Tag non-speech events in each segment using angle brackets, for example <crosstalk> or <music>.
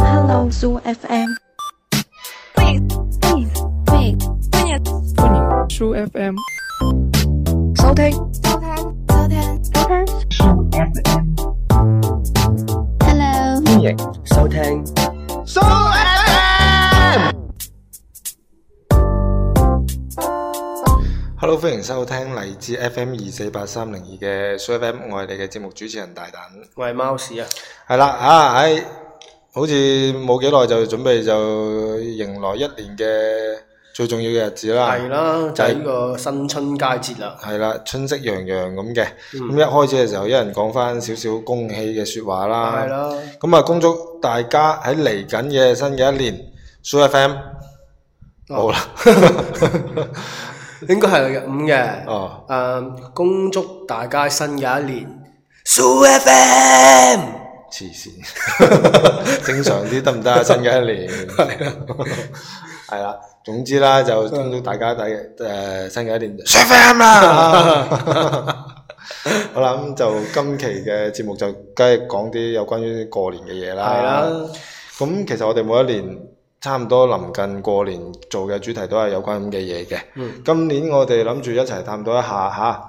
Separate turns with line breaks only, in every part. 蘇 FM。
舒 FM。
收聽，
Hello，
歡迎收聽。
Hello，歡迎收聽荔枝 FM 二四八三零二嘅 s u FM，我係你嘅節目主持人大等。
我係貓屎啊！
係啦，啊，喺好似冇幾耐就準備就迎來一年嘅最重要嘅日子啦。
係啦，就係呢個新春佳節啦。
係啦，春色洋洋咁嘅。咁、一開始嘅時候，一人講翻少少恭喜嘅説話啦。
係啦，
咁啊，恭祝大家喺嚟緊嘅新嘅一年 s u FM 好啦。
應該係嘅五嘅。
哦，
誒，恭祝大家新嘅一年，Soo FM。
黐線， <laughs> 正常啲得唔
<laughs>
得啊？新嘅一年，
啊
係啦，總之啦，就恭
嗯
祝大家第誒、新嘅一年 s u FM
<laughs>
啦。 <laughs> 好啦，咁就今期嘅節目就梗係講啲有關於過年嘅嘢啦。
係啦，
咁其實我哋每一年差唔多臨近過年做嘅主題都係有關咁嘅嘢嘅。
嗯
今年我哋諗住一齊探討一下嚇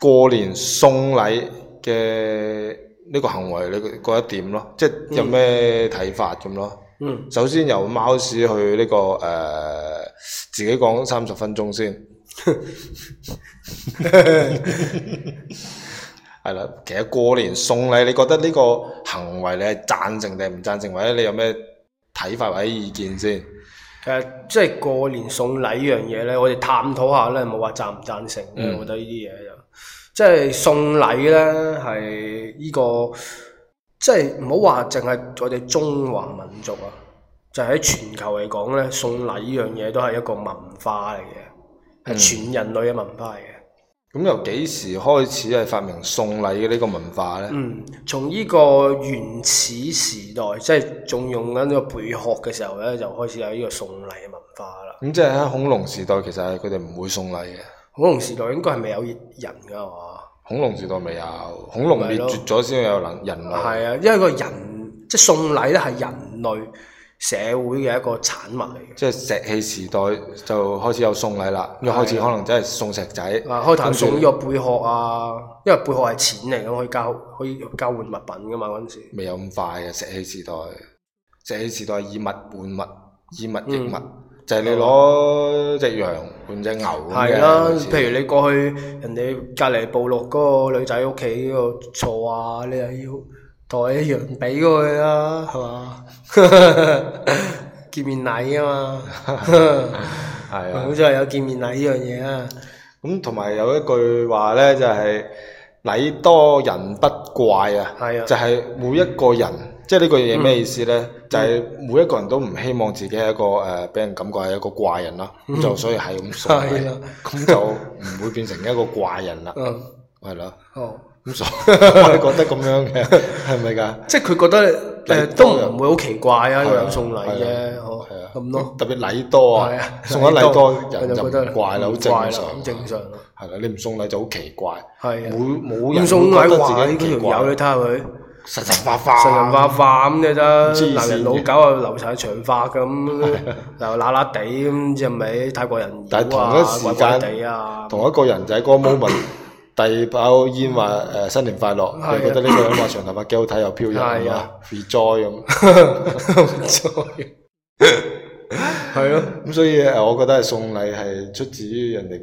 過年送禮嘅呢個行為，你覺得點咯？即係有咩睇法咁咯？
嗯，
首先由貓屎去呢、個誒、呃自己講三十分鐘先。 <laughs> 係啦，其實過年送禮，你覺得呢個行為你係贊成定係唔贊成，或者你有咩睇法或者意見先？
其實即係過年送禮呢樣嘢咧，我哋探討下咧，冇話贊唔贊成咧。
嗯
我覺得呢啲嘢就即係送禮咧，係呢個即係唔好話淨係我哋中華民族啊，就喺全球嚟講咧，送禮呢樣嘢都係一個文化嚟嘅，係全人類嘅文化嚟嘅。
咁由幾時開始係發明送禮嘅呢個文化呢？
嗯，從呢個原始時代，即係仲用緊呢個貝殼嘅時候咧，就開始有呢個送禮嘅文化啦。
咁即係喺恐龍時代，其實係佢哋唔會送禮嘅。
恐龍時代應該係未有人㗎係嘛？
恐龍時代未有，恐龍
咪
滅
咯
絕咗先有人人類。
係啊，因為個人即係送禮咧係人類社會嘅一個產物嚟嘅。
即係石器時代就開始有送禮啦，一
係啊
開始可能真係送石仔，
嗱，開頭
跟住
送呢個貝殼啊，因為貝殼係錢嚟咁，可以交可以交換物品噶嘛嗰陣時。
未有咁快嘅石器時代。石器時代以物換物，以物易物，
嗯
就係你攞只羊換只牛咁嘅
哦係啦，
類似
譬如你過去人哋隔離部落嗰個女仔屋企嗰度坐啊，你又要袋一樣俾過佢啦，係嘛？ <laughs> 見面禮啊嘛，
<laughs> 係啊
好。似係有見面禮呢樣嘢啊。
咁同埋有一句話呢，就係、禮多人不怪啊，
係啊嗯
就係每一個人，即係呢句嘢咩意思呢？就係每一個人都唔希望自己係一個誒，俾、人感覺係一個怪人啦，咁就所以係咁送禮
嗯係啊
咁就唔會變成一個怪人
<laughs>
啦，
嗯，
係咯。
哦。
咁所以 <laughs> 我哋覺得咁樣嘅係咪㗎？
即係佢覺得誒、
禮
都
多人
唔會好奇怪啊，有
係啊
人送禮啫，哦
係啊，
咁咯，
特別禮多啊
係啊，，
送咗禮多
我
人就
覺得
唔怪啦，好
唔
正
怪啦
常，啊
好正常咯，
係啦，你唔送禮就好奇怪。
係啊，
冇冇人
唔送
會覺
禮
得
話
自
呢
己奇
條
怪
友你睇下佢
神神化化，
神神化化咁嘅啫，
黐線嘅
男人老狗啊留晒長髮咁，
<laughs>
又乸乸地咁，係咪泰國人
但係
妖
同
啊
一時，間
怪怪地啊，
同一個人仔嗰個
<coughs>
moment 遞包煙話誒新年快樂，
係啊
你覺得呢個人話長頭髮幾好睇又飄逸
係
係嘛
啊
？rejoy 咁，
<laughs> 係咯，
咁所以誒，我覺得係送禮係出自於人哋誒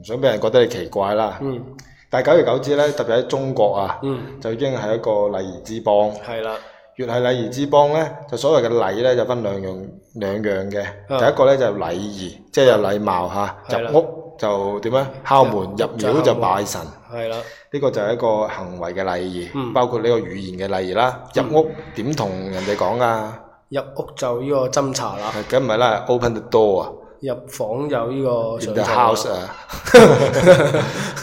唔想俾人覺得你奇怪啦。
嗯
但係久而久之咧，特別喺中國啊，
嗯，
就已經係一個禮儀之邦。
係啦，
越係禮儀之邦咧，就所謂嘅禮咧就分兩樣兩樣嘅。
啊
第一個咧就係禮儀，即係有禮貌
係
嚇。
啦
入屋就點咧？敲門入廟就拜神，呢
係啦，
個就係一個行為嘅禮儀，
嗯
包括呢個語言嘅禮儀啦。入屋點同人哋講啊？
入屋就呢個斟茶啦，
係梗唔係啦，open the door 啊
入房就呢個
，in
上
the
菜啦
house à?
<laughs>
啊，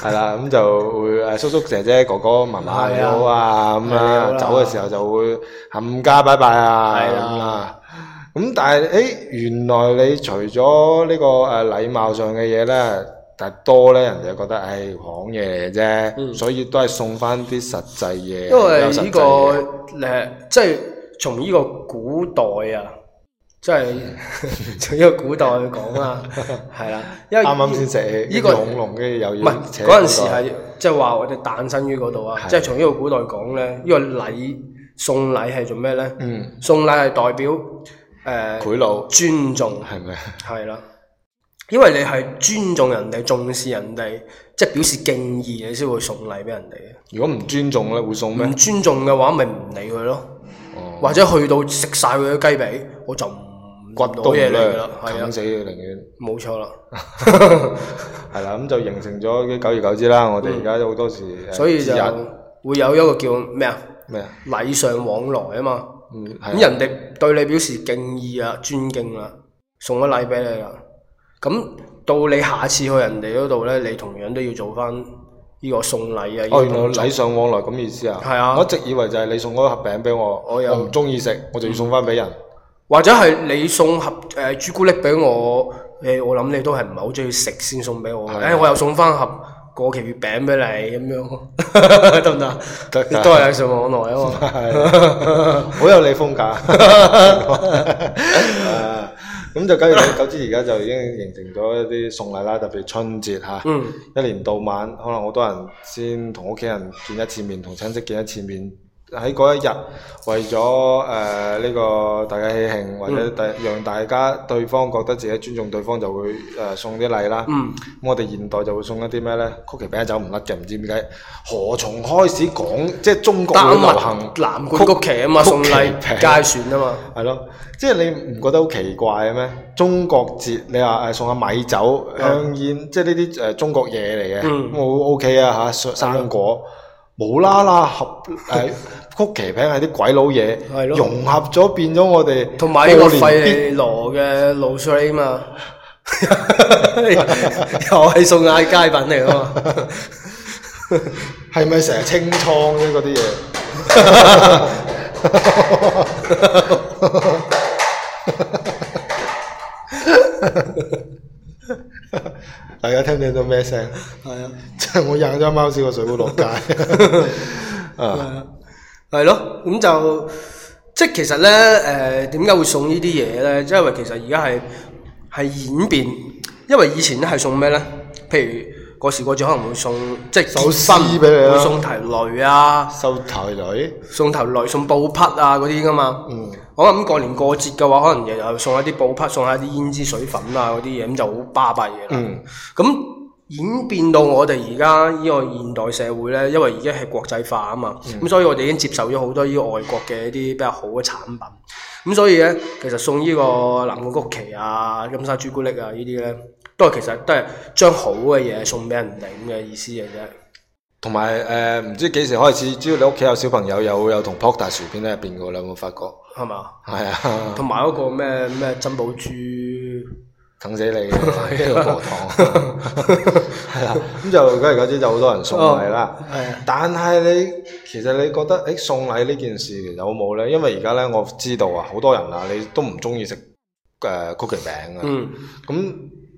係啦，咁就會誒叔叔姐姐哥哥媽媽你
à?
好啊咁
係你好
啦，
啦
走嘅時候就會冚家拜拜啊
係啦
咁啦。咁但係誒，原來你除咗呢個誒禮貌上嘅嘢咧，但係多咧，人哋就覺得誒講嘢嚟嘅啫，所以都係送翻啲實際嘢，
因為
有實際
呢、呃
嘢
個誒，即係從呢個古代啊，即係
<laughs>
從呢個古代去講啊，係啦，因為
啱啱先食
呢
呢
個
個恐龍嘅又
唔
要
係
扯
嗰陣時
嗰個
係即係話我哋誕生於嗰度啊，
係
即係從呢個古代講咧，呢、個禮送禮係做咩咧？
嗯
送禮係代表誒、呃
賄賂
尊重，
係咪？
係啦，因為你係尊重人哋、重視人哋，即係表示敬意，你先會送禮俾人哋嘅。
如果唔尊重咧，會送咩
唔？尊重嘅話，咪唔理佢咯，
哦
或者去到食晒佢嘅雞髀，我就唔
骨
到
都唔
嘢嚟
掠
㗎啦，係啊
啃，死佢寧願。
冇錯啦。
<laughs> 係啦，咁就形成咗啲久而久之啦。我哋而家好多時誒
嗯所以就
節日
會有一個叫咩啊
咩啊？
禮尚往來啊嘛。
嗯，
咁
係啊
人哋對你表示敬意啊、尊敬啦，送咗禮俾你啦。咁到你下次去人哋嗰度咧，你同樣都要做翻呢個送禮啊。呢
哦，
個
原來
動作
禮尚往來咁意思啊！
係啊
我一直以為就係你送嗰盒餅俾我，
我又
我唔中意食，我就要送翻俾人。
或者係你送盒誒、呃朱古力俾我，誒我諗你都係唔係好中意食先送俾我嘅。誒、
係啊
我又送翻盒過期月餅俾你咁樣， <laughs> 得唔得？
得㗎
都係禮尚往來
<laughs>
啊嘛。 <laughs>
係好有你風格。 <laughs> 啊咁就久而久之，而家就已經形成咗一啲送禮啦，特別春節嚇，
嗯
一年到晚，可能好多人先同屋企人見一次面，同親戚見一次面。喺嗰一日，為咗誒呢個大家喜慶，或
嗯
者第讓大家對方覺得自己尊重對方，就會誒、呃送啲禮啦。
嗯，
咁我哋現代就會送一啲咩呢？曲奇餅走唔甩嘅，唔知點解何從開始講，即係中國
丹
會流行
麥藍罐曲奇啊嘛，
曲
送禮
曲奇餅
街選啊嘛。
係咯，即係你唔覺得好奇怪嘅咩？中國節你話誒送下米酒、香煙，即係呢啲誒中國嘢嚟嘅，
嗯
咁好 OK 啊嚇，生果無啦啦
<laughs>
合誒曲奇餅係啲鬼佬嘢
係，咯
融合咗變咗我哋
同埋呢個
過年
費
必
利羅嘅露水啊嘛， <laughs> 又係送嗌街品嚟啊嘛。
<laughs> 係咪成日清倉咧嗰啲嘢？大家聽唔聽到咩聲？
係啊，
即係我扔咗貓屎個水壺 <laughs> 落街啊！
係咯，咁就即係其實咧，誒點解會送呢啲嘢咧？因為其實而家係係演變，因為以前咧係送咩咧？譬如過時過節可能會送即係
手
結婚
撕俾你啦
會送頭雷啊，
收台女，
送頭雷、送布匹啊嗰啲噶嘛。
嗯，
我諗過年過節嘅話，可能又送一啲布匹，送下啲胭脂水粉啊嗰啲嘢，咁就好巴閉嘅啦
嗯。
咁、演變到我哋而家呢個現代社會呢，因為已經係國際化啊嘛，咁、所以我哋已經接受咗好多呢個外國嘅一啲比較好嘅產品。咁所以呢，其實送呢個藍罐曲奇啊、金沙朱古力啊呢啲呢，都係其實都係將好嘅嘢送俾人哋咁嘅意思嘅啫。
同埋誒唔知幾時開始，只要你屋企有小朋友，有有同 p o 大薯片喺入邊噶啦，有冇發覺？
係嘛？
係啊，
同埋嗰個咩咩珍寶珠。
啃死 <laughs> 你嘅呢個過堂，係啦， <laughs> 咁就久而久之就好多人送禮啦。
啊哦係啊
但係你其實你覺得誒送禮呢件事有冇呢？因為而家呢，我知道啊，好多人啊，你都唔中意食誒曲奇餅啊。
<laughs> 嗯，
咁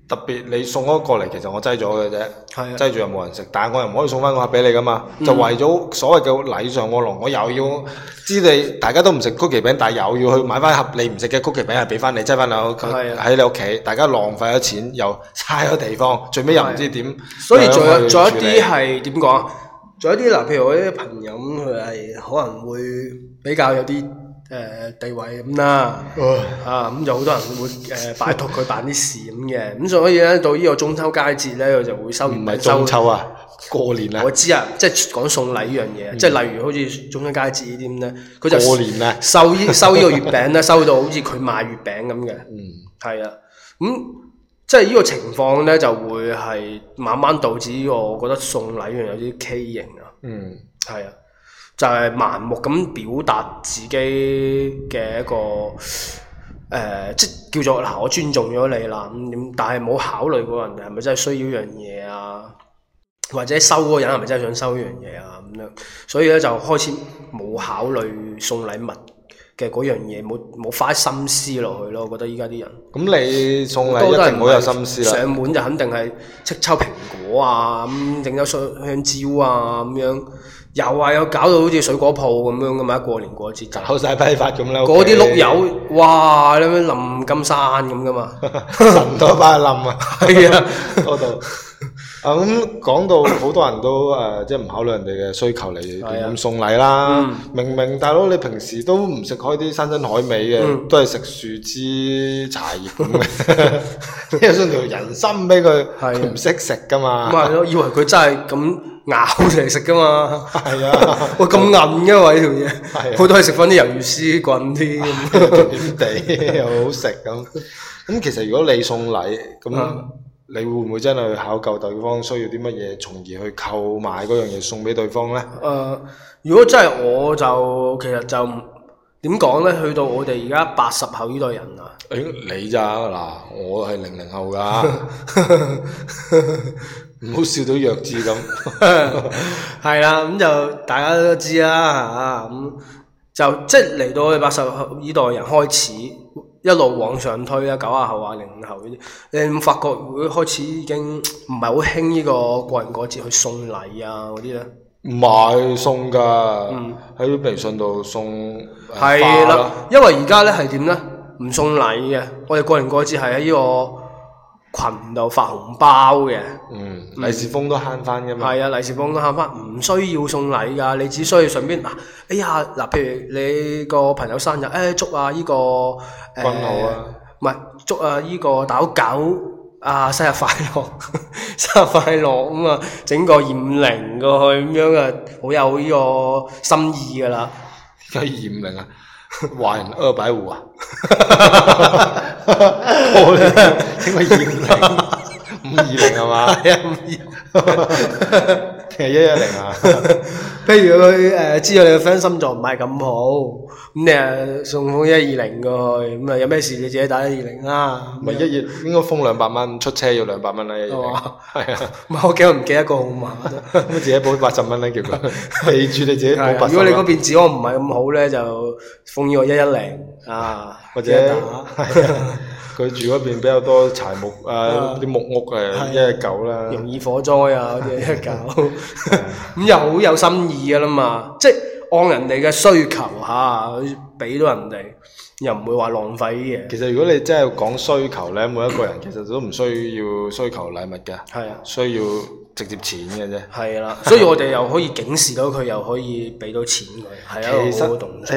特別你送嗰個過嚟，其實我擠咗嘅啫，
係啊。嗯
擠住又冇人食，但係我又唔可以送翻個盒俾你噶嘛，就為咗所謂嘅禮尚往來，我又要知你大家都唔食曲奇餅，但係又要去買翻盒你唔食嘅曲奇餅，係俾翻你擠翻喺屋企
係啊
喺你屋企，大家浪費咗錢，又嘥咗地
<laughs>
方，最尾又唔知點，
啊所以仲有
去
仲有一
處理
啲係點講啊？仲有一啲嗱，譬如我啲朋友咁，佢係可能會比較有啲誒、呃地位咁啦，啊咁就好多人會誒、呃、拜託佢辦啲事咁嘅，咁所以咧到呢個中秋佳節咧，佢就會收
唔
唔
係中秋啊，過年啊
我，知啊，即係講送禮呢樣嘢，即係例如好似中秋佳節呢啲咁咧，佢就
嗯過年啊
收呢收呢個月餅咧，收到好似佢賣月餅咁嘅。
嗯，
係啊，咁、即係呢個情況咧，就會係慢慢導致呢個我覺得送禮樣有啲畸形啊。
嗯，
係啊，就係、盲目咁表達自己嘅一個誒、呃即係叫做嗱，我尊重咗你啦，咁點？但係冇考慮過人哋係咪真係需要呢樣嘢啊？或者收嗰個人係咪真係想收呢樣嘢啊？咁樣，所以咧就開始冇考慮送禮物嘅嗰樣嘢，冇冇花心思落去咯。我覺得依家啲人
咁你送禮
多都
一
係
定
唔
好有
係
心思啦。
上門就肯定係即抽蘋果啊，咁整咗香香蕉啊咁樣，又係有搞到好似水果鋪咁樣噶嘛，過年過節搞。
搞晒批發咁啦，
嗰啲碌
友
柚，哇！你樣冧金山咁
<laughs>
噶嘛？
神多巴冧啊！
係啊，
多到啊咁講到好多人都誒、呃即係唔考慮人哋嘅需求嚟
啊
亂咁送禮啦。
嗯
明明大佬你平時都唔食開啲山珍海味嘅，
嗯
都係食樹枝茶葉咁嘅，
<laughs>
你送條人參俾佢，
係啊
佢唔識食噶嘛
咁。係咯，以為佢真係咁咬嚟食
<laughs>
噶嘛？
係啊，
喂，咁硬嘅喎呢條
係啊
嘢，好多係食翻啲魷魚絲棍啲
<laughs>
咁。
甜地又好食咁。咁其實如果你送禮，咁
嗯
你會唔會真係去考究對方需要啲乜嘢，從而去購買嗰樣嘢送俾對方呢？
誒、如果真係我就其實就唔點講咧？去到我哋而家八十後呢代人啊，
誒哎你咋嗱？我係零零後噶， <laughs> 唔好笑到弱智咁。
<laughs> 係啦，咁就大家都知啦嚇，咁、就即係嚟到我哋八十後呢代人開始一路往上推啦，九啊後啊零五後呢啲，你有冇發覺會開始已經唔係好興呢個過年過節去送禮啊嗰啲咧？
<laughs> 唔係送噶，喺微信度送誒
係
花
啦，因為而家咧係點咧？唔送禮嘅，我哋過年過節係喺呢個群度發紅包嘅。
嗯，利是封都慳翻噶嘛。
係啊，利是封都慳翻，唔需要送禮㗎，你只需要上邊嗱，哎呀嗱，譬如你個朋友生日，誒、祝啊呢、個誒
君好啊，
唔係祝啊呢個打狗啊生日快樂， <laughs> 生日快樂咁啊，整個二五零過去咁樣啊，好有呢個心意㗎啦。 <laughs>
而家二五零啊， <laughs> 華人二百五 <laughs> 啊，我哋應該二五零，五二零係嘛？
係啊，唔要
<laughs> 定係一一零 <laughs> 啊？
<laughs> 譬如佢誒、呃知道你個 friend 心臟唔係咁好，咁你誒送封一二零過去，咁啊有咩事你自己打一二零啦。啊
唔係啊一月應該封兩百蚊，出車要兩百蚊啦，一月
係嘛
係啊。
<laughs> 唔係我驚我唔記得
<laughs>
個號碼。
咁啊自己補八十蚊啦，叫 <laughs> 佢記住你自己補
係
八
啊
十
如果
蚊。
你嗰邊治安唔係咁好咧，就封咗我一一零啊，
<laughs> 或
記得
者
打
係啊佢住嗰邊比較多柴木 <laughs> 啊，啲木屋誒，一係九啦，
<laughs> 容易火災啊嗰啲一搞，
啊
咁又好有心意噶啦嘛，即係按人哋嘅需求嚇，俾到人哋又唔會話浪費啲嘢。
其實如果你真係講需求咧，每一個人其實都唔需要需求禮物嘅，
係啊，
需要直接錢嘅啫。
係啦，所以我哋又可以警示到佢，又可以俾到錢佢，係一
其
個好
實
好嘅動
誒、
作。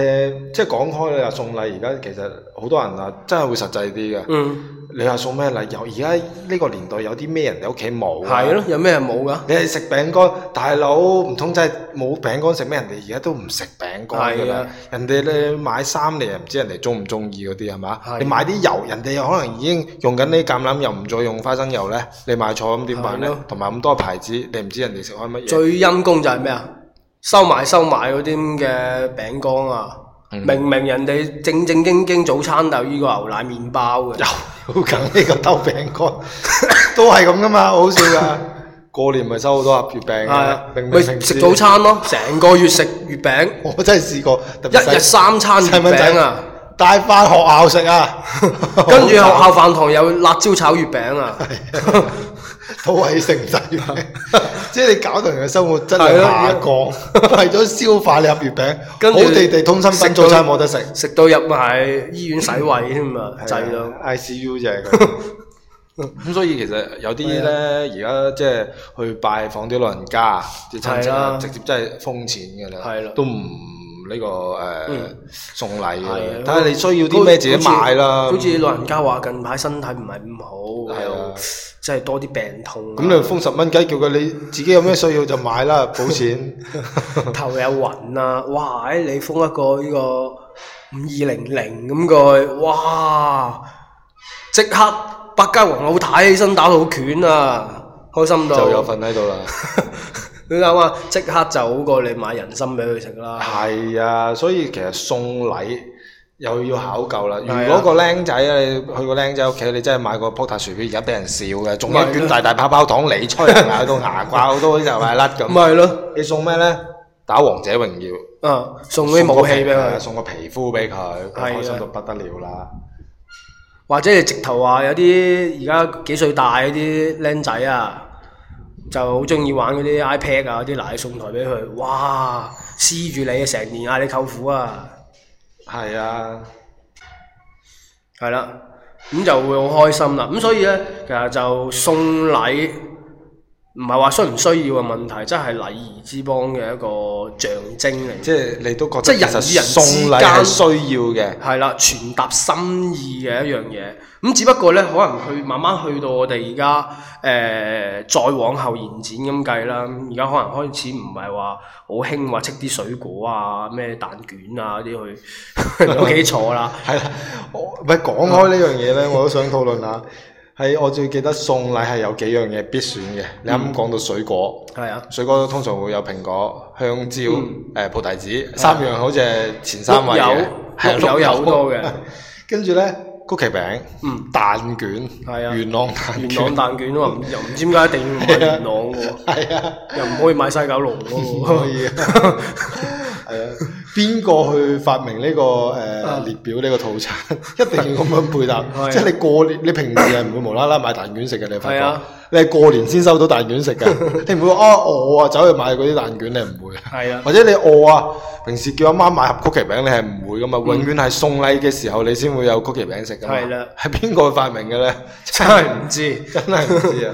即係講開你話送禮，而家其實好多人啊，真係會實際啲嘅。
嗯，
你話送咩禮？有而家呢個年代有啲咩人哋屋企冇啊？
係咯，有咩係冇噶？
你係食餅乾，大佬唔通真係冇餅乾食咩？人哋而家都唔食餅乾㗎
係
啦
啊。
人哋咧買衫，你又唔知人哋中唔中意嗰啲係嘛？
係
你買啲油，人哋又可能已經用緊呢橄欖油，唔再用花生油咧，你買錯咁點辦
係
咧
咯？
同埋咁多牌子，你唔知人哋食開乜嘢。
最陰公就係咩啊？收埋收埋嗰啲咁嘅餅乾啊！明明人哋正正經經早餐就依個牛奶麵包嘅，
有緊呢個兜餅
<laughs>
乾，都係咁噶嘛，好笑噶。過年咪收好多盒月餅
係
嘅
啊，
明
咪
明平時
食早，餐咯，成個月食月餅，
我真係試過，特別細
一日三餐月
細蚊
餅啊！
仔帶翻學校食啊，
跟住
<laughs>
學校飯堂有辣椒炒月餅啊，
都係食唔晒月
<laughs>
餅，即係你搞到人嘅生活質量
係咯
下降，為咗消化你盒月餅，
跟住
好地地通心粉早餐冇得食，
食到入埋醫院洗胃添啊，滯到。
ICU 就係咁。 <laughs> 咁所以其實有啲咧，
啊
而家即係去拜訪啲老人家、啲親戚
係
啊
啦，
直接真係封錢㗎啦，
係啦嗯
都唔呢個誒送禮㗎啦
係啊。
睇下你需要啲咩自己買啦。
好似老人家話近排身體唔係咁好，
係啊
又即係多啲病痛啊，
咁你封十蚊雞，叫佢你自己有咩需要就買啦，補
<laughs>
錢。 <laughs>
頭有雲啊！哇！誒你封一個呢個五二零零咁個，哇！即刻百佳王老太起身打老拳啊！開心到
就有份喺度啦。
你諗下，即刻就好過你買人參俾佢食啦。
係啊，所以其實送禮又要考究啦。
係啊
如果個僆仔啊，你去個僆仔屋企，你真係買個棵塔樹皮，而家俾人笑嘅，仲一
咪
卷
咯
大大泡泡糖，你吹啊，咬到牙掛好多就係甩
咁
咁。
咪係咯，
你送咩咧？打王者榮耀，
啊，送啲武器
佢，
俾佢，
送個啊皮膚俾佢，
係啊
佢開心到不得了啦。
或者你直頭話有啲而家幾歲大嗰啲僆仔啊，就好中意玩嗰啲 iPad 啊嗰啲，嗱你送台俾佢，哇，黐住你啊，成年嗌你舅父啊，
係啊，
係啦，咁就會好開心啦。咁所以咧，其實就送禮唔係話需唔需要嘅問題，真係禮儀之邦嘅一個象徵嚟。
即係你都覺得
即係人
其實
與人之
送禮係
間
需要嘅，
係啦，傳達心意嘅一樣嘢。咁只不過咧，可能去慢慢去到我哋而家誒再往後延展咁計啦。而家可能開始唔係話好興話戚啲水果啊、咩蛋卷啊嗰啲
<laughs>
去屋企坐啦。
係啦。我唔係講開呢樣嘢
嗯
咧，我都想討論下。係我最記得送禮係有幾樣嘢必選嘅。你
嗯
啱啱講到水果。
係啊，
水果通常會有蘋果、香蕉、誒、菩提子三樣，好似係前三位嘅，係
嗯啊
啊
碌柚碌柚有好多嘅。
跟住咧，曲奇餅、
嗯
蛋卷、
係啊
元朗蛋
元朗
卷，
蛋卷喎，唔又唔知點解一定要買元朗嘅喎，
<laughs> 係啊，
又唔可以買西九龍
唔 <laughs>
嘅
可
喎。 <laughs>
以啊，係啊，邊個去發明呢、個誒、列表呢個套餐？ <laughs> 一定要咁樣配
啊 <laughs> 係
搭，
啊
即係你過年，你平時係唔會無啦啦買蛋卷食嘅，你發
係
覺
啊，
你係過年先收到蛋卷食
<laughs>
嘅，你唔會話哦，我啊走去買嗰啲蛋卷，你唔會。
係啊，
或者你餓啊，平時叫阿媽買盒曲奇餅，你係唔會噶嘛，永遠係送禮嘅時候你先會有曲奇餅食噶嘛。
嗯係啦
係邊個發明嘅咧？
真係 <laughs> 唔知。
真係唔知啊！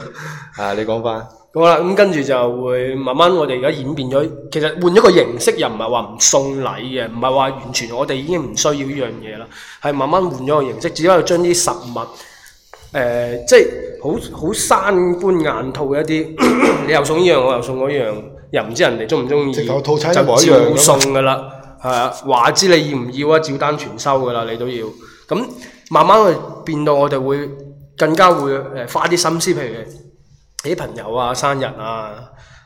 啊，你講翻，
好啦，咁跟住就會慢慢我哋而家演變咗，其實換一個形式又唔係話唔送禮嘅，唔係話完全我哋已經唔需要呢樣嘢啦，係慢慢換咗個形式，只不過將啲實物誒、呃即係好好生搬硬套嘅一啲， <clears throat> 你又送呢樣，我又送嗰樣，又唔知人哋中唔中意，
直
就
頭套餐一模一樣咁啊
照送噶啦，係啊，話知你要唔要啊，照單全收噶啦，你都要。咁慢慢去變到我哋會更加會誒花啲心思，譬如。啲朋友啊、生日啊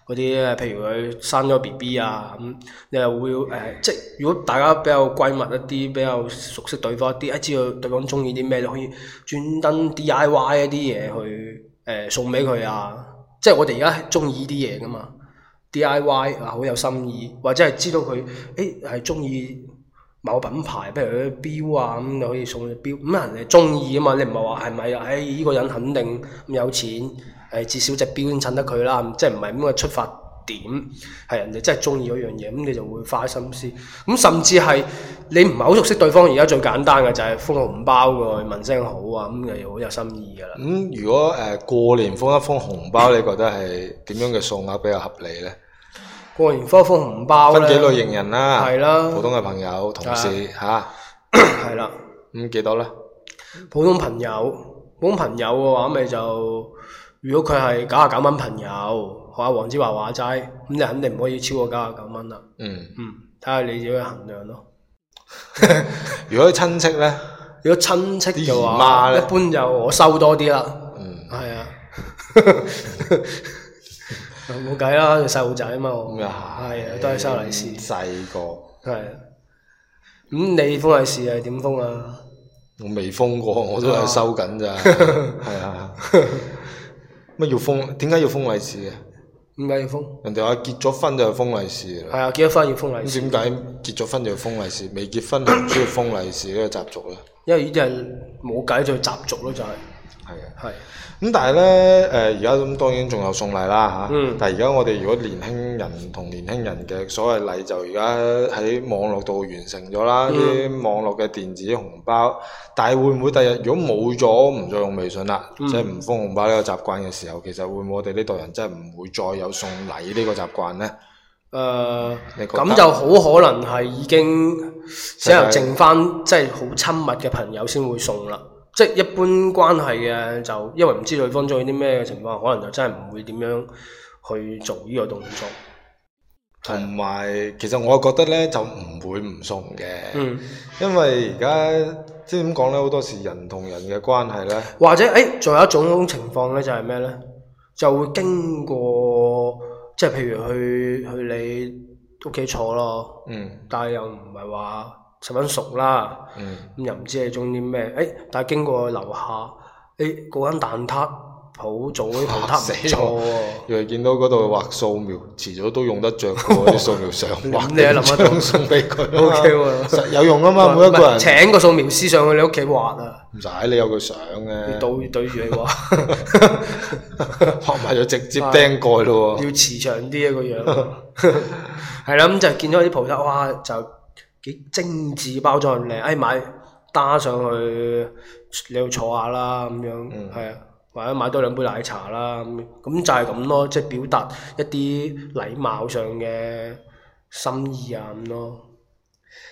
嗰啲，譬如佢生咗 B B 啊，咁你又會誒、呃即係如果大家比較閨蜜一啲，比較熟悉對方一啲，一知道對方中意啲咩，你可以專登 D I Y 一啲嘢去誒、呃送俾佢啊。即係我哋而家中意呢啲嘢噶嘛，D I Y 啊好有心意，或者係知道佢誒係中意。某品牌，譬如啲錶啊，咁你可以送隻錶，咁人哋中意啊嘛，你唔係話係咪啊？唉，依、個人肯定咁有錢，誒至少隻錶先襯得佢啦，即係唔係咁嘅出發點，係人哋真係中意嗰樣嘢，咁你就會花心思。咁甚至係你唔係好熟悉對方，而家最簡單嘅就係封個紅包㗎，問聲好啊，咁又好有心意㗎啦
咁、。如果誒、呃過年封一封紅包，你覺得係點樣嘅數額比較合理咧？
過年科封紅包
分幾類
咧，
型人啦、
係啦啊
普通嘅朋友、同事嚇，咁、
係啦。
幾多咧？
普通朋友，普通朋友嘅話，咪就如果佢係九啊九蚊朋友，學下黃子華話齋，咁你肯定唔可以超過九啊九蚊啦。
嗯，
嗯，睇下你自己去衡量咯。
如果親戚咧，
如果親戚嘅
啲姨媽
話，
呢
一般就我收多啲啦。
嗯，
係啊，冇計啦，細路仔啊嘛，我
咁又
係啊，都係收利是，
細個我
係啊。咁你封利是係點封啊？
未封過，我都係收緊
<laughs>
咋，係啊。乜要封？點解要封利是嘅？
點解要封？
人哋話結咗婚就要封利是啦。
係啊，結咗婚要封利是。
咁點解結咗婚就要封利是，未結婚就唔需要封利是呢個習俗咧？
因為呢啲係冇計，就習俗咯，就係
係啊。
係
咁但係咧，誒而家咁當然仲有送禮啦嚇。
嗯
但係而家我哋如果年輕人同年輕人嘅所謂禮就而家喺網絡度完成咗啦，
嗯
啲、網絡嘅電子紅包。但係會唔會第日如果冇咗唔再用微信啦，
嗯
即係唔封紅包呢個習慣嘅時候，其實會唔會我哋呢代人真係唔會再有送禮呢個習慣咧？
誒，
你覺得
呃咁、就好可能係已經
世
只能
界
剩翻即係好親密嘅朋友先會送啦。即係一般關係嘅就因為唔知對方中意啲咩嘅情況，可能就真係唔會點樣去做呢個動作。
同埋其實我覺得咧就唔會唔送嘅，
嗯，
因為而家即係點講咧，好多時人同人嘅關係咧。
或者誒，仲、有一種情況咧，就係咩咧？就會經過即係譬如去去你屋企坐咯，
嗯
但係又唔係話十分熟啦。
嗯，
哎咁又唔知你中意啲咩？誒、但係經過樓下，誒嗰間蛋撻普做嗰啲葡
嚇
撻
死
唔錯
我
喎。
又係見到嗰度畫素描，遲早都用得着嘅喎啲素描相， <laughs> 畫
你都諗得到
張送俾佢
OK 喎 <laughs>
實有用啊嘛，
唔
每一個
係
人
請個掃描師上去你屋企畫啊，
唔使你有佢相
要
嘅，
對對住你畫，
畫埋就直接釘蓋咯喎，
要慈祥啲啊
<laughs>
個樣。係啦，咁就見到啲葡撻，哇，就幾精緻包裝咁靚，哎買打上去你度坐下啦，咁樣
嗯
係啊。或者買多兩杯奶茶啦，咁咁就係咁咯，即係表達一啲禮貌上嘅心意啊咁咯。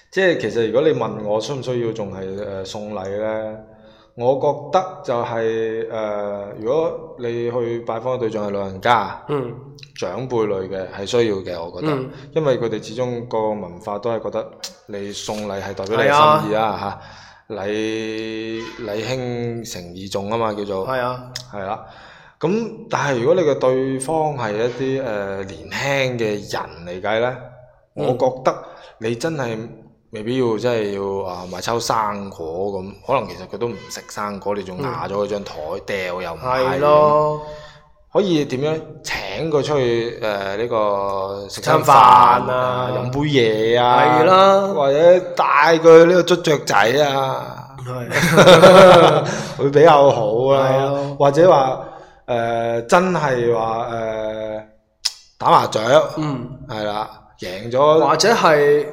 即係其實如果你問我需唔需要仲係誒送禮咧，我覺得就係、誒、如果你去拜訪嘅對象係老人家。
嗯。
長輩類嘅係需要嘅，我覺得，
嗯
因為佢哋始終個文化都係覺得你送禮係代表你
係啊
嘅心意啦嚇、禮禮輕誠意重啊嘛叫做
係啊，
係啦。咁但係如果你嘅對方係一啲誒、呃年輕嘅人嚟計呢，
嗯
我覺得你真係未必要真係要啊買抽生果咁，可能其實佢都唔食生果，你仲壓咗佢張台掉又唔
嗯係
係
咯，
可以點樣請佢出去誒呃呢、個食
餐
餐飯
飯啊
啊，飲杯嘢啊，
係啦
或者帶佢呢個捉雀仔
<laughs>
啊， <laughs>
係
會比較好
係
啦
咯。
或者話誒、真係話誒打麻雀，
嗯，
係啦，贏咗
或者係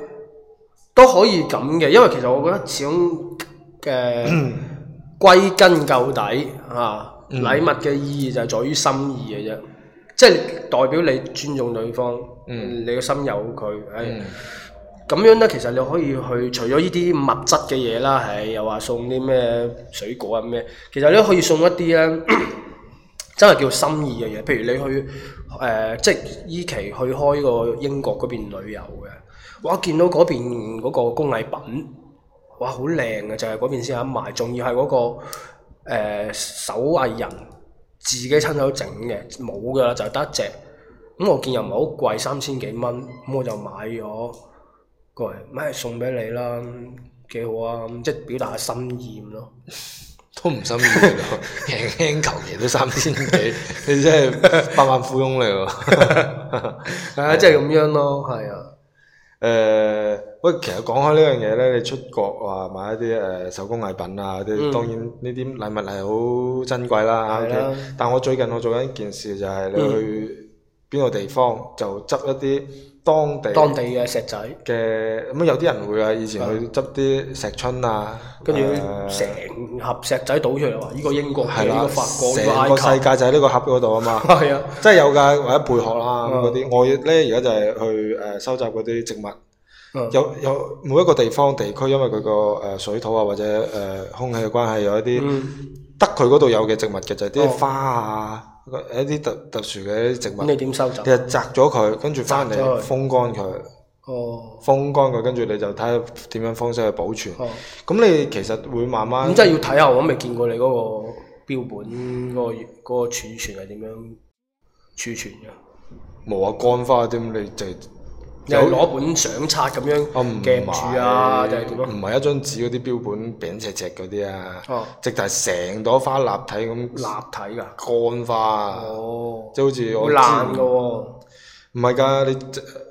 都可以咁嘅，因為其實我覺得始終
<clears throat>
嘅歸根究底啊，
嗯
禮物嘅意義就係在於心意嘅啫，即係代表你尊重對方，
嗯
你嘅心有佢，哎係
嗯
咁樣咧，其實你可以去除咗呢啲物質嘅嘢啦，係又話送啲咩水果啊咩，其實你都可以送一啲咧 <coughs> 真係叫心意嘅嘢，譬如你去誒、呃即係依期去開個英國嗰邊旅遊嘅，哇！見到嗰邊嗰個工藝品，哇，好靚嘅，就係嗰邊先有得賣，仲要係嗰個、呃、手藝人自己親手整嘅，冇㗎啦，就得一隻。咁我見又唔係好貴，三千幾蚊，咁我就買咗。過嚟，咪送俾你啦，幾好啊！咁即係表達下心意咁咯。
都唔心意嘅 <laughs> 喎，輕輕求其都三千幾，你真係百萬富翁嚟喎。
<laughs> 係啊，即係咁樣咯，係啊，
誒、呃喂，其實講開呢樣嘢咧，你出國話買一啲誒、手工藝品啊，嗰啲、
嗯
當然呢啲禮物係好珍貴啦。
係
OK
啦
但我最近我做緊一件事就係你
嗯
去邊個地方就執一啲當地
當地嘅石仔，
嘅咁有啲人會啊，以前去執啲石春啊，
跟住
誒
成盒石仔倒出嚟話：呢個英國嘅，
係
呢
啦，
個法國，呢
成個
個埃
世
及，
界就喺呢個盒嗰度啊
<laughs>
嘛。
係啊，
真係有㗎，或者貝殼啦咁
嗯
嗰啲。我咧而家就係去誒、收集嗰啲植物。
嗯
有有每一個地方地區，因為佢個誒水土啊或者誒、呃空氣嘅關係，有一啲、
嗯
得佢嗰度有嘅植物嘅就係、啲
哦
花啊，一啲特特殊嘅植物，
咁你
你
點收集？
就摘咗佢，跟住翻嚟
摘咗佢
風乾佢，
哦，
風乾佢，跟住你就睇下點樣方式去保存。咁、
哦，
你其實會慢慢
咁真係要睇下，我都未見過你嗰個標本嗰個嗰個儲存係點樣儲存嘅。
無啊乾花啲，咁你就
你係攞本相冊咁樣
我哦唔
夾住啊，
係
定係點啊？
唔係一張紙嗰啲標本扁赤赤嗰啲啊，
哦
直頭係成朵花立體咁
立體㗎，
乾花啊。
哦，
即係好似
好
我
爛㗎
之前
喎。
唔係㗎，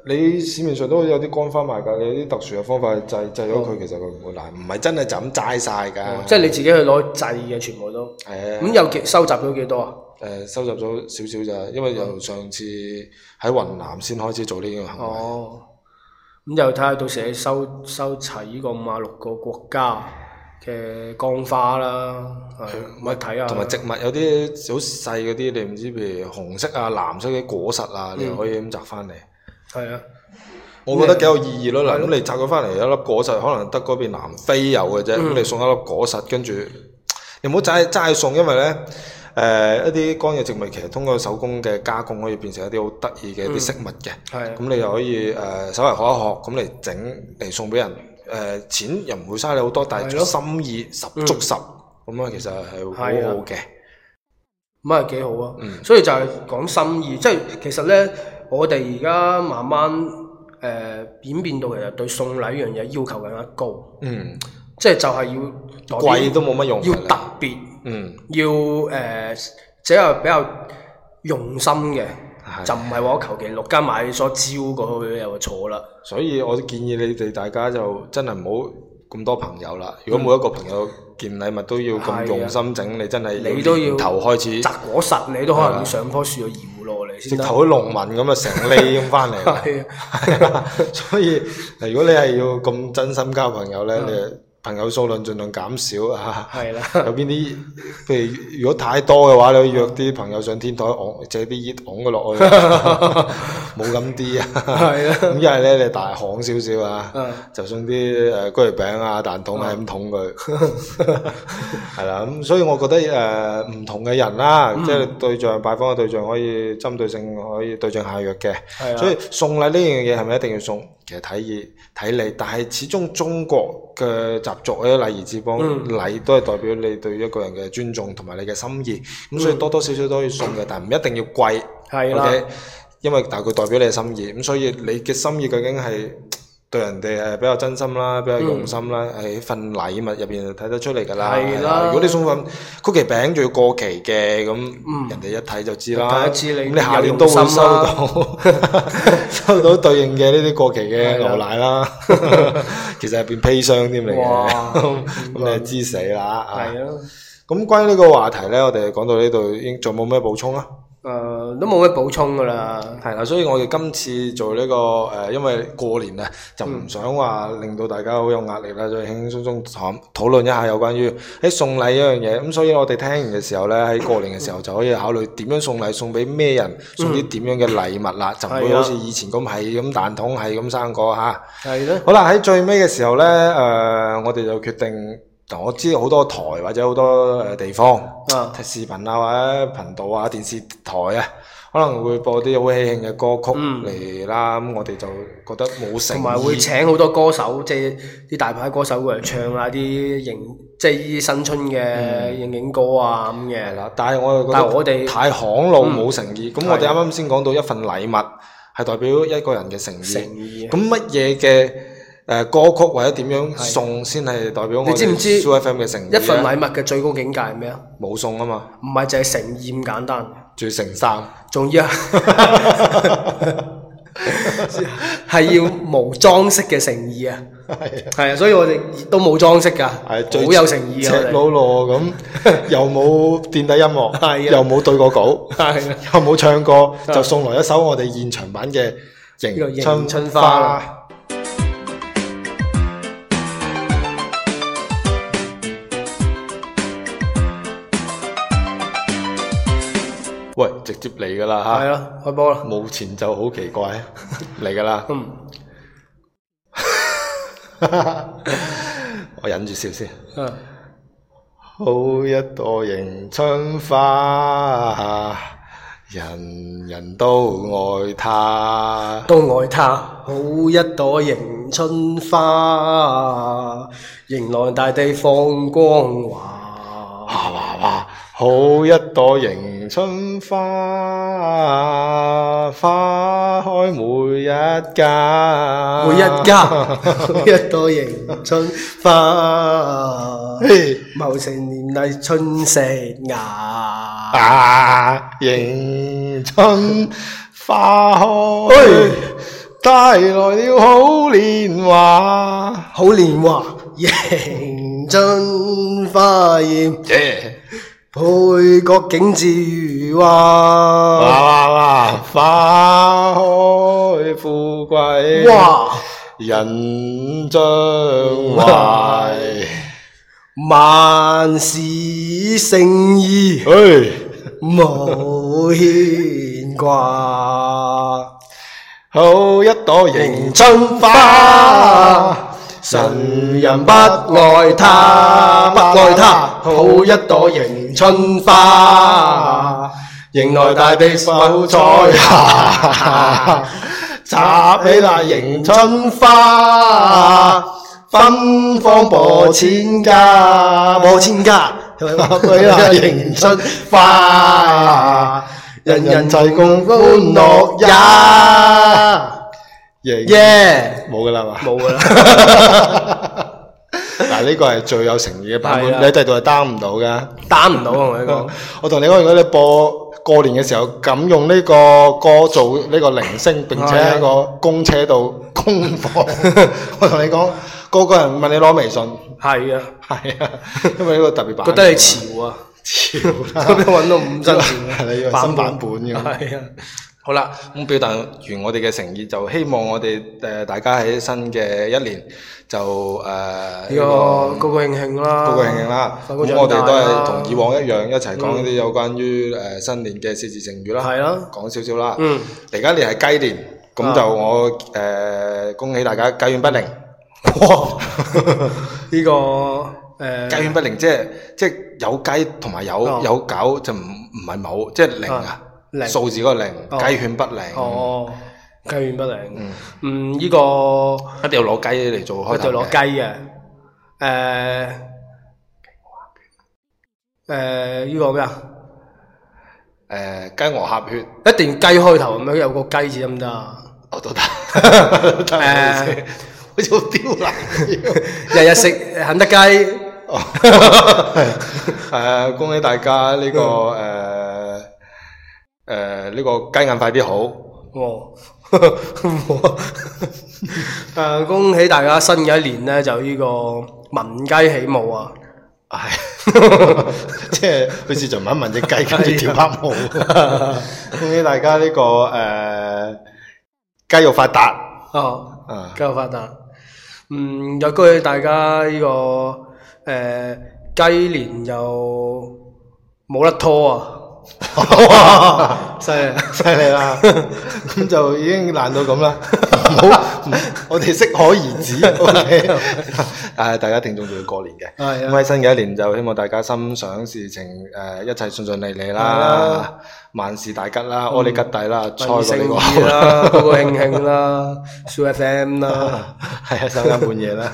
你你市面上都有啲乾花賣㗎，你有啲特殊嘅方法去製製咗佢，其實佢唔會爛，唔係真係就咁齋晒㗎。
哦即係你自己去攞製嘅全部都。
係啊
咁有幾收集咗幾多啊？
誒收集咗少少咋，因為由上次喺雲南先開始做呢個行為。
哦，咁就睇下到時你收收齊呢個五啊六個國家嘅江花啦，係咪睇下？
同埋植物有啲好細嗰啲，你唔知譬如紅色啊、藍色嘅果實啊，
嗯
你可以咁摘翻嚟。
係啊，
我覺得幾有意義咯。嗱，咁你摘咗翻嚟有一粒果實，可能得嗰邊南非有嘅啫。
嗯
咁、你送一粒果實，跟住你唔好齋齋送，因為咧誒、一啲乾嘅植物其實通過手工嘅加工可以變成一啲好得意嘅一啲飾物嘅。
嗯係啊
咁、，你又可以誒、稍微學一學，咁嚟整嚟送俾人。誒、錢又唔會嘥你好多，但
係
係
咯嗯
心意十足十，咁啊、其實係好好
係啊
嘅。
咁啊幾好啊！
嗯
所以就係講心意，即係其實咧，我哋而家慢慢誒、呃演變到其實對送禮呢樣嘢要求更加高，
嗯，
即係就係要代表
貴都冇乜用㗎啦。
要特別。
嗯
要誒、呃即係比較用心嘅，
係
就唔係話我求其六間買咗招過去又坐啦。
所以我建議你哋大家就真係唔好咁多朋友啦。如果每一個朋友件禮物都要
係啊
咁用心整，你真係
你都要
年頭開始，
摘果實你都可
係
能
啊
要上棵樹去搖落嚟
直
先得。
頭啲農民咁啊，成粒咁翻嚟。
係啊，
係啦， <laughs> 所以如果你係要咁真心交朋友咧，你朋友數量盡量減少啊。
嗯係啦。
有邊啲？譬如如果太多嘅話，你可以約啲朋友上天台昂借啲煙昂佢落去，啊
<laughs>
冇咁啲啊。
係啊
咁一係咧，你大行少少啊
嗯，
就送啲誒居餅啊、蛋筒係咁捅佢。 <laughs> 係啦，咁所以我覺得誒唔同嘅人啦，
嗯
即係對象擺放嘅對象可以針對性可以對症下藥嘅。
係啊
所以送禮呢樣嘢係咪一定要送？其實睇意睇你，但係始終中國嘅習俗咧，禮儀之邦
嗯
禮都係代表你對一個人嘅尊重同埋你嘅心意。咁
嗯
所以多多少少都可以送嘅，但唔一定要貴。
係啦
OK？因為但係佢代表你嘅心意，咁所以你嘅心意究竟係對人哋係比較真心啦，比較用心啦，喺、份禮物入邊睇得出嚟㗎啦。
係啦
係啦如果你送份曲奇餅仲要過期嘅，咁、人哋一睇就知啦。
大家知你
咁你下年都會收
<laughs>
到收到對應嘅呢啲過期嘅牛奶啦。 <laughs> 其實係變砒霜添嚟嘅，
哇
<laughs> 咁你就知死啦。啊
係啊。
咁關於呢個話題呢，我哋講到呢度，應仲有冇咩補充啊？
誒、呃都冇咩補充噶啦，
係啦，所以我哋今次做呢、個誒、呃因為過年啊，就唔想話令到大家好有壓力啦，所以輕輕鬆鬆談討論一下有關於喺送禮一樣嘢。咁所以我哋聽完嘅時候呢，喺過年嘅時候就可以考慮點樣送禮，送俾咩人，送啲點樣嘅禮物啦，就唔會
係啊
好似以前咁係咁蛋筒係咁生果嚇。
係咯，
好啦，喺最尾嘅時候呢，誒、我哋就決定，嗱我知道好多台或者好多誒地方，
啊
睇視頻啊或者頻道啊、電視台啊，可能會播啲好喜慶嘅歌曲嚟啦。咁、我哋就覺得冇誠意，
同埋嗯會請好多歌手，即係啲大牌歌手過嚟唱下啲應，即係啲新春嘅應景歌啊咁
嗯係
嘅。
啦。但係我又覺
但係我
得
哋嗯
太行路冇誠意。咁、
係
我哋啱啱先講到一份禮物係代表一個人嘅誠意。
誠意啊
咁乜嘢嘅誒歌曲或者點樣送先係代表我
你知唔知
哋 Soo FM 嘅誠意
一份
呢
禮物嘅最高境界係咩啊？
冇送啊嘛，
唔係就係誠意咁簡單，
仲要成 <laughs>
<laughs>
衫。
仲要係要無裝飾嘅誠意啊！係啊，所以我哋都冇裝飾㗎，
最
好有誠意啊！
赤
我哋
裸裸咁，
<laughs>
又冇墊底音樂，
係啊
又冇對過稿，
<laughs> 係啊
又冇唱過，
啊
就送來一首我哋現場版嘅《
呢個
迎
迎
春
春花
花
啦》。
喂，直接嚟噶啦
係
嚇，
啊，開波啦！
冇前奏好奇怪，嚟噶
<laughs>
啦，
嗯。
我忍住笑先。
啊
好一朵迎春花，人人都愛它。
都愛他，好一朵迎春花，迎來大地放光華。
哇哇哇！好一朵迎春花，花開每一家，
每一家，好一朵迎春
<laughs>
花，
嘿
茂盛年麗春石芽。
啊！迎春花開
哎，
帶來了好年華。
好年華，迎春花艳，
耶！
配角景致如畫。
哇哇哇！花開富貴，！
哇！
人將懷。
萬事勝意。
哎！
無牽掛，
好一朵迎
迎
春
春花，神人不愛他，不愛他，好一朵迎春花，迎來大地秀彩霞，插起那迎春花，芬芳播千家，播千 <laughs> 家，插起那迎春花，人人齊共歡樂也。
迎，
耶！
冇噶啦嘛。
冇噶啦，
<laughs> 嗱，埋呢個係最有誠意嘅版本，
係
你
啊
喺第度係擔唔到噶。
打唔到啊！我同你講，
我同你講，如果你播過年嘅時候咁用呢個歌做呢個鈴聲，並且喺個公車度 <laughs> 公放，我同你講，個個人問你攞微信，
係啊，
係啊，因為呢個特別版本啊，
覺得你潮啊，
潮
<laughs>
啦，
咁你揾到五新錢
係你以為新版本嘅
係啊，
好啦，咁表達完我哋嘅誠意，就希望我哋誒、呃大家喺新嘅一年就誒呢
呢個高高興興啦，
高高興興啦。咁
快高
我哋
長大啦啊嗯
都係同以往一樣，一齊講一啲有關於誒、呃新年嘅四字成語啦。
係啦
講少少啦。
嗯，
嚟緊年係雞年，咁就
啊
我誒、呃恭喜大家雞犬不寧。
<laughs> 呢個誒
雞犬不寧，即係即係有雞同埋有
嗯哦
有狗就唔唔係冇，即係零啊
啊，零
數字嗰個零，
哦
雞犬不寧。
哦，雞犬不寧，嗯，呢個
一定要攞雞嚟做開頭
佢就
嘅
攞雞嘅，誒誒呢個咩啊？
誒雞鵝鴨血，
一定雞開頭咁樣有個雞字得唔得啊？
我都得， <laughs> 得唔好意思
<laughs> 誒
好似好刁難咁。
日日食肯德雞，
誒，恭喜大家呢個誒誒呢個雞眼快啲好，
哦， <laughs> 誒呃恭喜大家新嘅一年咧就呢個聞雞起舞啊！ <laughs>
係即係好似就問一問隻雞，跟住跳黑舞。恭喜大家呢個誒雞肉發達
哦，
啊！
繼續發達。嗯，又恭喜大家呢、個誒、呃、雞年就冇得拖啊！犀利！
<laughs> 犀利啦！咁就已經爛到 <laughs> 咁啦，唔好，唔我哋適可而 <laughs> 止。OK，誒，大家聽眾仲要過年嘅，咁
係啊
喺新嘅一年就希望大家心想事成，誒，一切順順利利
係
啦嗯
啦，
萬事大吉啦，阿里吉第啦，賽過
萬
你
事
個
勝意啦，高高興興啦，Show FM 啦，
<laughs> 係啊，三更半夜 <laughs> 啦，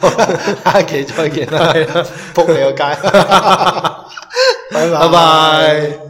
好啦下 <laughs> 啊 <laughs> 期再見啦，仆你個街，拜
拜拜。